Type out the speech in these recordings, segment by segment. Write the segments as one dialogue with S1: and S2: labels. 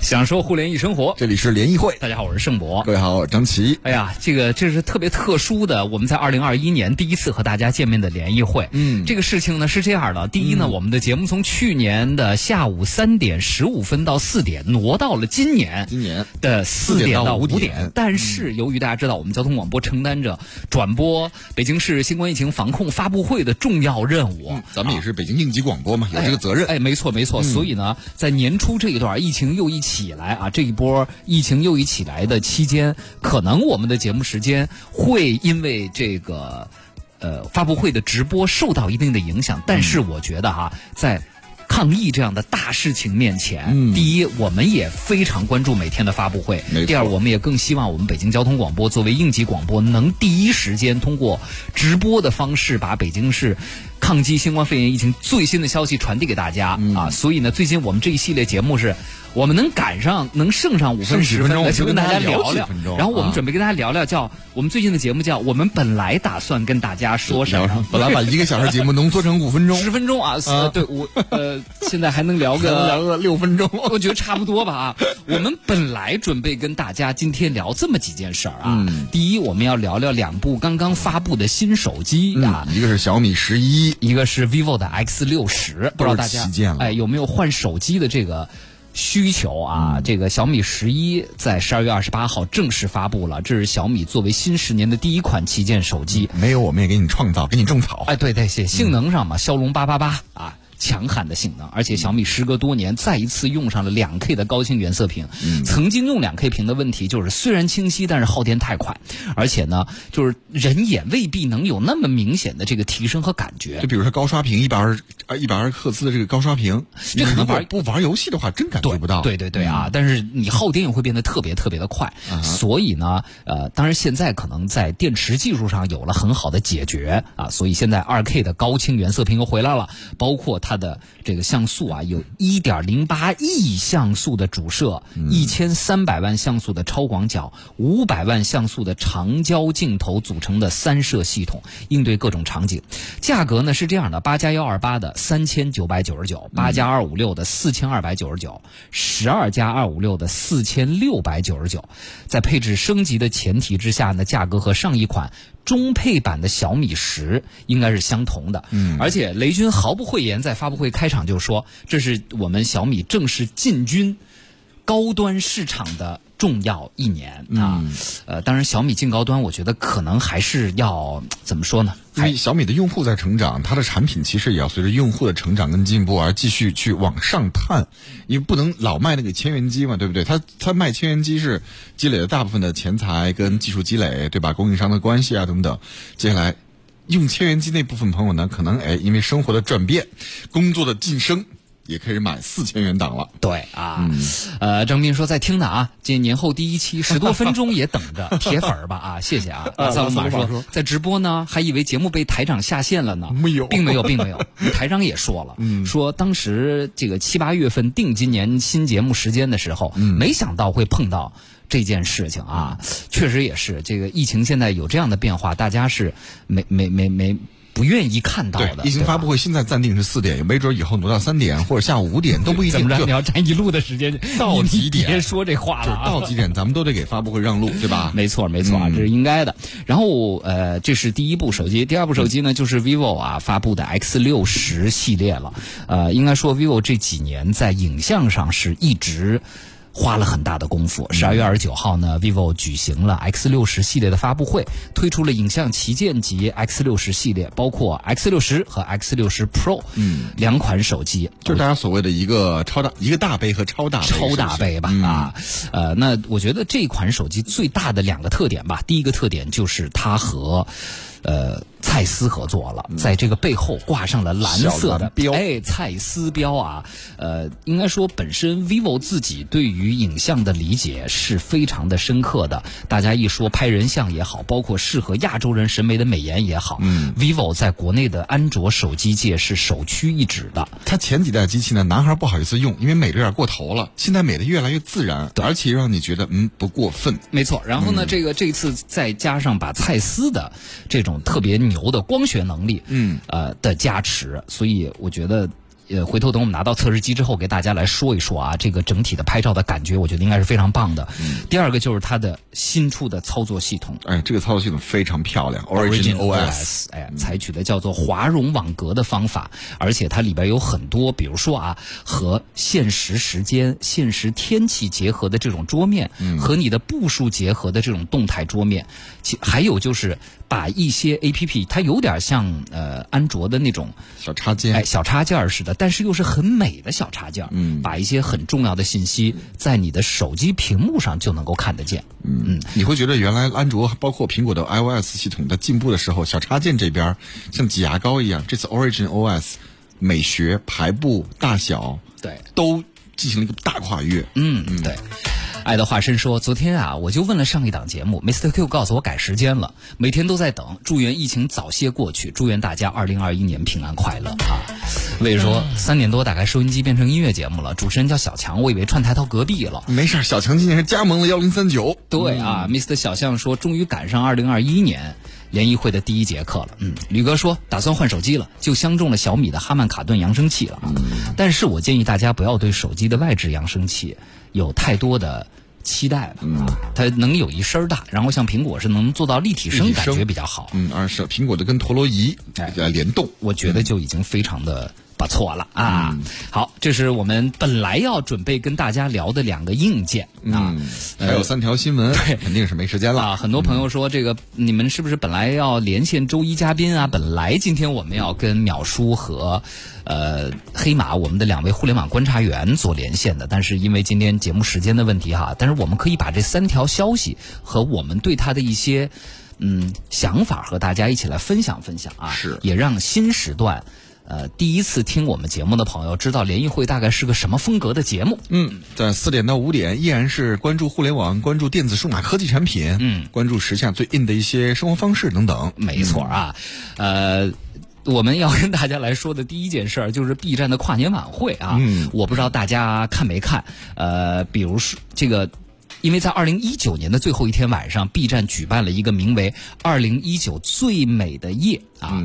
S1: 享受互联易生活。
S2: 这里是联谊会，
S1: 大家好，我是盛博
S2: 各。位好，我是张琪。
S1: 哎呀，这个这是特别特殊的，我们在二零二一年第一次和大家见面的联谊会。
S2: 嗯
S1: 这个事情呢是这样的，第一呢，我们的节目从去年的下午三点十五分到四点挪到了今年。
S2: 今年
S1: 的四
S2: 4
S1: 点
S2: 点到
S1: 到五
S2: 5
S1: 点嗯
S2: 点，
S1: 但是由于大家知道，我们交通广播承担着转播北京市新冠疫情防控发布会的重要任务，
S2: 咱们也是北京应急广播嘛，有这个责任。
S1: 嗯
S2: 嗯
S1: 哎，没错没错。所以呢，在年初这一段疫情又一起来啊，这一波疫情又一起来的期间，可能我们的节目时间会因为这个呃发布会的直播受到一定的影响，但是
S2: 嗯
S1: 我觉得哈、在。抗疫这样的大事情面前，
S2: 嗯
S1: 第一，我们也非常关注每天的发布会；
S2: 没错
S1: 第二，我们也更希望我们北京交通广播作为应急广播，能第一时间通过直播的方式，把北京市抗击新冠肺炎疫情最新的消息传递给大家、
S2: 嗯
S1: 啊。所以呢，最近我们这一系列节目是，我们能赶上，能剩上五分
S2: 剩
S1: 十
S2: 10分
S1: 分
S2: 钟
S1: 的，就跟大家聊
S2: 就跟大家聊
S1: 聊
S2: 几分。钟
S1: 然后我们
S2: 啊
S1: 准备跟大家聊聊叫，我们最近的节目叫《我们本来打算跟大家说什
S2: 聊
S1: 么》
S2: 上，本来把一个小时节目浓缩成五 分钟，
S1: 十分钟啊，呃对我呃，现在还能聊
S2: 可 能聊
S1: 个。
S2: 个六 分钟。
S1: 我觉得差不多吧啊，我们本来准备跟大家今天聊这么几件事儿啊。
S2: 嗯
S1: 第一，我们要聊聊两部刚刚发布的新手机啊，
S2: 嗯，一个是小米十一，
S1: 一个是 vivo 的 X 六十，不知道大家
S2: 旗舰了
S1: 哎有没有换手机的这个需求啊？
S2: 嗯
S1: 这个小米十一在十二月二十八号正式发布了，这是小米作为新十年的第一款旗舰手机。
S2: 没有我们也给你创造，给你种草。
S1: 哎，对对，是性能上嘛，骁龙八八八啊，强悍的性能，而且小米时隔多年再一次用上了两 K 的高清原色屏。曾经用两 K 屏的问题就是，虽然清晰，但是耗电太快，而且呢，就是人眼未必能有那么明显的这个提升和感觉
S2: 就。比如说高刷屏一百二啊一百二赫兹的这个高刷屏，你
S1: 这可能
S2: 如果
S1: 玩
S2: 不玩游戏的话，真感觉不到。嗯
S1: 对对对啊！但是你耗电又会变得特别特别的快，所以呢，呃，当然现在可能在电池技术上有了很好的解决啊，所以现在二 K 的高清原色屏又回来了，包括它的这个像素啊，有一点零八亿像素的主摄，
S2: 嗯
S1: 一千三百万像素的超广角，五百万像素的长焦镜头组成的三摄系统，应对各种场景。价格呢是这样的：八加幺二八的三千九百九十九，八加二五六的四千二百九十九，十二加二五六的四千六百九十九。在配置升级的前提之下呢，价格和上一款中配版的小米十应该是相同的。嗯，而且雷军毫不讳言，在发布会开场就说，这是我们小米正式进军。高端市场的重要一年啊，呃，当然小米进高端，我觉得可能还是要怎么说呢？
S2: 因为小米的用户在成长，它的产品其实也要随着用户的成长跟进步而继续去往上探，因为不能老卖那个千元机嘛，对不对？它它卖千元机是积累了大部分的钱财跟技术积累，对吧？供应商的关系啊等等，接下来。用千元机那部分朋友呢，可能哎，因为生活的转变、工作的晋升，也开始买四千元档了。
S1: 对啊，呃，张斌说在听呢啊，这年后第一期十多分钟也等着 铁粉儿吧啊，谢谢啊。
S2: 啊
S1: 萨鲁马
S2: 萨鲁马
S1: 说
S2: 说
S1: 在直播呢，还以为节目被台长下线了呢，
S2: 没有嗯
S1: 并没有，并没有。 台长也说了，说当时这个七八月份定今年新节目时间的时候，
S2: 嗯
S1: 没想到会碰到。这件事情啊，确实也是这个疫情现在有这样的变化，大家是没没没没不愿意看到
S2: 对
S1: 的。，
S2: 疫情
S1: 对吧
S2: 发布会现在暂定是四点，也没准以后挪到三点或者下午五点都不一
S1: 怎么
S2: 定。
S1: 着？
S2: 就
S1: 你要占一路的时间，
S2: 到
S1: 你
S2: 几点
S1: 别说这话
S2: 就
S1: 了啊！
S2: 是到几点咱们都得给发布会让路，对吧？
S1: 没错，没错啊，这是应该的。然后呃，这是第一部手机，第二部手机呢就是 vivo 啊发布的 X 六十系列了。呃，应该说 vivo 这几年在影像上是一直。花了很大的功夫。十二月二十九号呢，vivo 举行了 X 六十系列的发布会，推出了影像旗舰级 X 六十系列，包括 X 六十和 X 六十 Pro 两款手机。
S2: 就是大家所谓的一个超大一个大杯和超大杯
S1: 超大杯吧、
S2: 是不是嗯
S1: 啊，呃，那我觉得这款手机最大的两个特点吧，第一个特点就是它和呃蔡司合作了，在这个背后挂上了蓝色
S2: 嗯
S1: 的
S2: 小蓝标
S1: 哎，蔡司标啊，呃，应该说本身 vivo 自己对于影像的理解是非常的深刻的，大家一说拍人像也好，包括适合亚洲人审美的美颜也好，嗯，vivo 在国内的安卓手机界是首屈一指的。
S2: 它前几代机器呢，男孩不好意思用，因为美的有点过头了。现在美的越来越自然，而且让你觉得嗯不过分。
S1: 没错，然后呢，这个这一次再加上把蔡司的这种特别牛的光学能力，
S2: 嗯，
S1: 呃的加持，所以我觉得。呃，回头等我们拿到测试机之后，给大家来说一说啊，这个整体的拍照的感觉，我觉得应该是非常棒的。第二个就是它的新出的操作系统。
S2: 哎，这个操作系统非常漂亮，Origin OS。
S1: OS，哎，采取的叫做华容网格的方法，而且它里边有很多，比如说啊，和限时时间、限时天气结合的这种桌面，和你的步数结合的这种动态桌面，其还有就是把一些 A P P，它有点像呃安卓的那种
S2: 小插件，
S1: 哎小插件儿似的，但是又是很美的小插件，嗯，把一些很重要的信息在你的手机屏幕上就能够看得见，
S2: 嗯，你会觉得原来安卓包括苹果的 iOS 系统在进步的时候，小插件这边儿像挤牙膏一样，这次 Origin OS 美学、排布、大小
S1: 对。
S2: 都进行了一个大跨越。
S1: 嗯，对。爱的化身说：“昨天啊，我就问了上一档节目，Mr. Q 告诉我改时间了，每天都在等。祝愿疫情早些过去，祝愿大家二零二一年平安快乐啊！”魏说：“三点多打开收音机变成音乐节目了，主持人叫小强，我以为串台到隔壁了。”
S2: 没事儿，小强今年是加盟了幺零三九。
S1: 对啊、m
S2: 嗯
S1: r 小象说，终于赶上二零二一年联谊会的第一节课了。嗯，吕哥说打算换手机了，就相中了小米的哈曼卡顿扬声器了
S2: 嗯
S1: 啊。但是我建议大家不要对手机的外置扬声器有太多的。期待吧，
S2: 嗯
S1: 啊，它能有一声儿大，然后像苹果是能做到立体声，
S2: 立体
S1: 感
S2: 声
S1: 觉比较好。
S2: 嗯，而是苹果的跟陀螺仪
S1: 哎
S2: 来联动。
S1: 我觉得就已经非常的不错了啊。
S2: 嗯
S1: 好，这是我们本来要准备跟大家聊的两个硬件啊。
S2: 嗯，还有三条新闻， 肯定是没时间了。嗯
S1: 啊，很多朋友说这个、你们是不是本来要连线周一嘉宾啊？本来今天我们要跟淼叔和呃黑马我们的两位互联网观察员做连线的，但是因为今天节目时间的问题哈，但是我们可以把这三条消息和我们对它的一些嗯想法和大家一起来分享分享啊，
S2: 是
S1: 也让新时段。呃，第一次听我们节目的朋友知道联谊会大概是个什么风格的节目。
S2: 嗯，在四点到五点依然是关注互联网，关注电子数码科技产品，嗯，关注时下最 in 的一些生活方式等等。
S1: 没错啊，呃。我们要跟大家来说的第一件事儿就是 B 站的跨年晚会啊，我不知道大家看没看，呃，比如说这个，因为在二零一九年的最后一天晚上，B 站举办了一个名为“二零一九最美的夜”啊，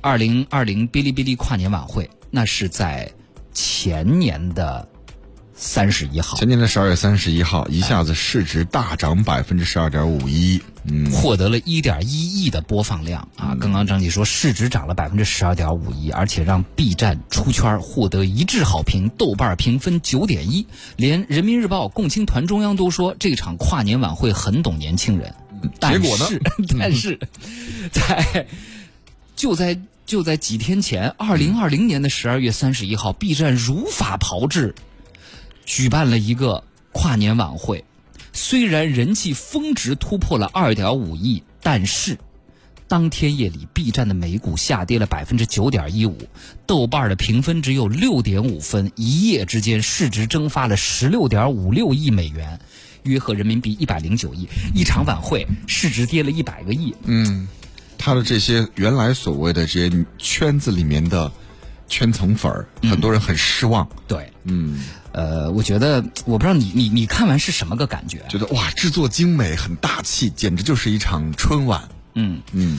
S1: 二零二零哔哩哔哩跨年晚会，那是在前年的三十一号，
S2: 前年的十二月三十一号，一下子市值大涨百分之十二点五一。嗯，
S1: 获得了一点一亿的播放量啊！刚刚张姐说市值涨了百分之十二点五一，而且让 B 站出圈，获得一致好评，豆瓣评分九点一，连人民日报、共青团中央都说这场跨年晚会很懂年轻人。但
S2: 嗯结果呢
S1: 是，但是在就在就在几天前，二
S2: 嗯
S1: 零二零年的十二月三十一号，B 站如法炮制，举办了一个跨年晚会。虽然人气峰值突破了二点五亿，但是当天夜里，B 站的美股下跌了百分之九点一五，豆瓣的评分只有六点五分，一夜之间市值蒸发了十六点五六亿美元，约合人民币一百零九亿。一场晚会市值跌了一百个亿，
S2: 他的这些原来所谓的这些圈子里面的圈层粉儿，很多人很失望，
S1: 对，嗯，呃，我觉得我不知道你你你看完是什么个感觉，啊
S2: 觉得哇，制作精美，很大气，简直就是一场春晚。
S1: 嗯
S2: 嗯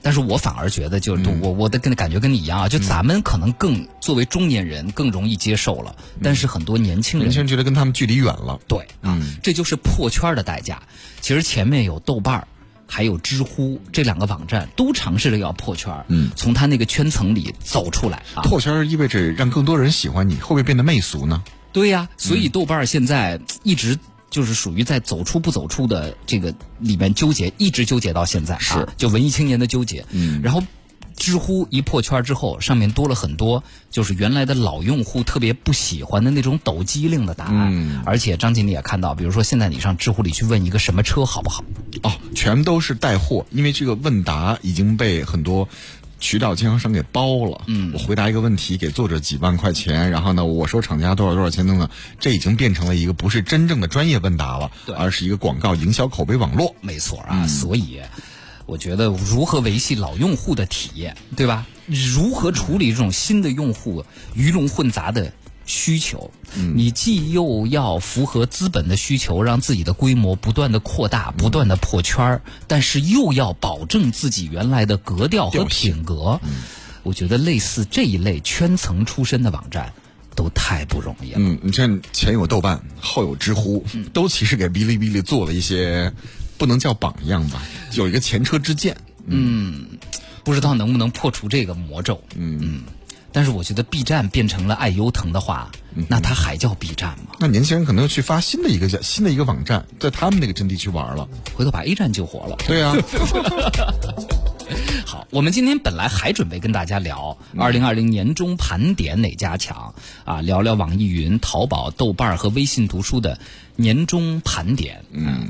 S1: 但是我反而觉得就是、我我的跟感觉跟你一样啊，就咱们可能更作为中年人更容易接受了，但是很多嗯年轻
S2: 年
S1: 人
S2: 轻人觉得跟他们距离远了。
S1: 对啊，
S2: 嗯
S1: 这就是破圈的代价。其实前面有豆瓣儿。还有知乎这两个网站都尝试着要破圈，嗯，从他那个圈层里走出来啊。
S2: 破圈儿意味着让更多人喜欢你，会不会变得媚俗呢？
S1: 对呀、所以豆瓣儿现在一直就是属于在走出不走出的这个里面纠结，一直纠结到现在、啊，
S2: 是
S1: 就文艺青年的纠结。嗯，然后知乎一破圈之后，上面多了很多就是原来的老用户特别不喜欢的那种抖机灵的答案，而且张经理也看到，比如说现在你上知乎里去问一个什么车好不好，
S2: 哦，全都是带货，因为这个问答已经被很多。渠道经销商给包了，嗯，我回答一个问题，给作者几万块钱，然后呢，我说厂家多少多少钱等等，这已经变成了一个不是真正的专业问答了，
S1: 对
S2: 而是一个广告营销口碑网络。
S1: 没错啊，所以我觉得如何维系老用户的体验，对吧？如何处理这种新的用户鱼龙混杂的需求？你既又要符合资本的需求，让自己的规模不断的扩大，不断的破圈儿，但是又要保证自己原来的格调和
S2: 调性
S1: 品格。我觉得类似这一类圈层出身的网站都太不容易了。
S2: 嗯，你看前有豆瓣，后有知乎，都其实给哔哩哔哩做了一些不能叫榜样吧，有一个前车之鉴。
S1: 不知道能不能破除这个魔咒。嗯嗯，但是我觉得 B 站变成了爱优腾的话，那它还叫 B 站吗？
S2: 那年轻人可能去发新的一个新的一个网站，在他们那个阵地去玩了。
S1: 回头把 A 站救活了。
S2: 对啊，
S1: 好，我们今天本来还准备跟大家聊二零二零年中盘点哪家强啊，聊聊网易云、淘宝、豆瓣儿和微信读书的年终盘点。嗯。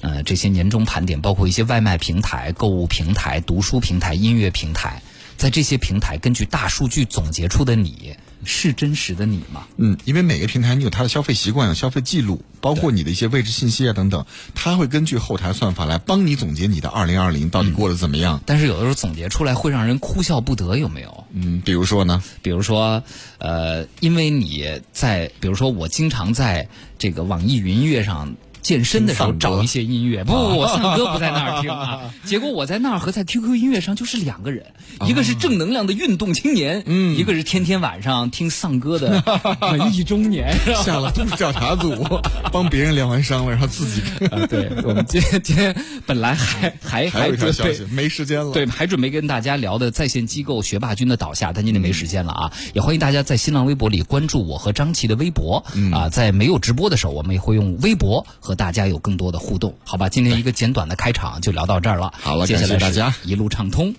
S1: 呃，这些年终盘点包括一些外卖平台、购物平台、读书平台、音乐平台，在这些平台根据大数据总结出的你是真实的你吗？
S2: 嗯，因为每个平台你有它的消费习惯、有消费记录，包括你的一些位置信息啊等等，它会根据后台算法来帮你总结你的二零二零到底过得怎么样。
S1: 但是有的时候总结出来会让人哭笑不得，有没有？
S2: 嗯，比如说呢，
S1: 比如说，呃，因为你在，比如说我经常在这个网易云音乐上。健身的时候
S2: 听丧歌
S1: 找一些音乐，不不，不我唱歌不在那儿听啊。 结果我在那儿和在 QQ 音乐上就是两个人，一个是正能量的运动青年，嗯，一个是天天晚上听丧歌 的文艺中年。
S2: 下了都市调查组，帮别人疗完伤了，然后自己
S1: 啊，对，我们今天今天本来还还
S2: 还有一条
S1: 准
S2: 消
S1: 备
S2: 息，没时间 了。
S1: 对，还准备跟大家聊的在线机构学霸君的倒下，但今天没时间了啊！
S2: 嗯
S1: 也欢迎大家在新浪微博里关注我和张琪的微博、
S2: 嗯
S1: 啊，在没有直播的时候，我们也会用微博和大家有更多的互动，好吧？今天一个简短的开场就聊到这儿了，
S2: 好了
S1: 接下
S2: 感谢
S1: 来
S2: 大
S1: 是
S2: 家
S1: 一路畅通。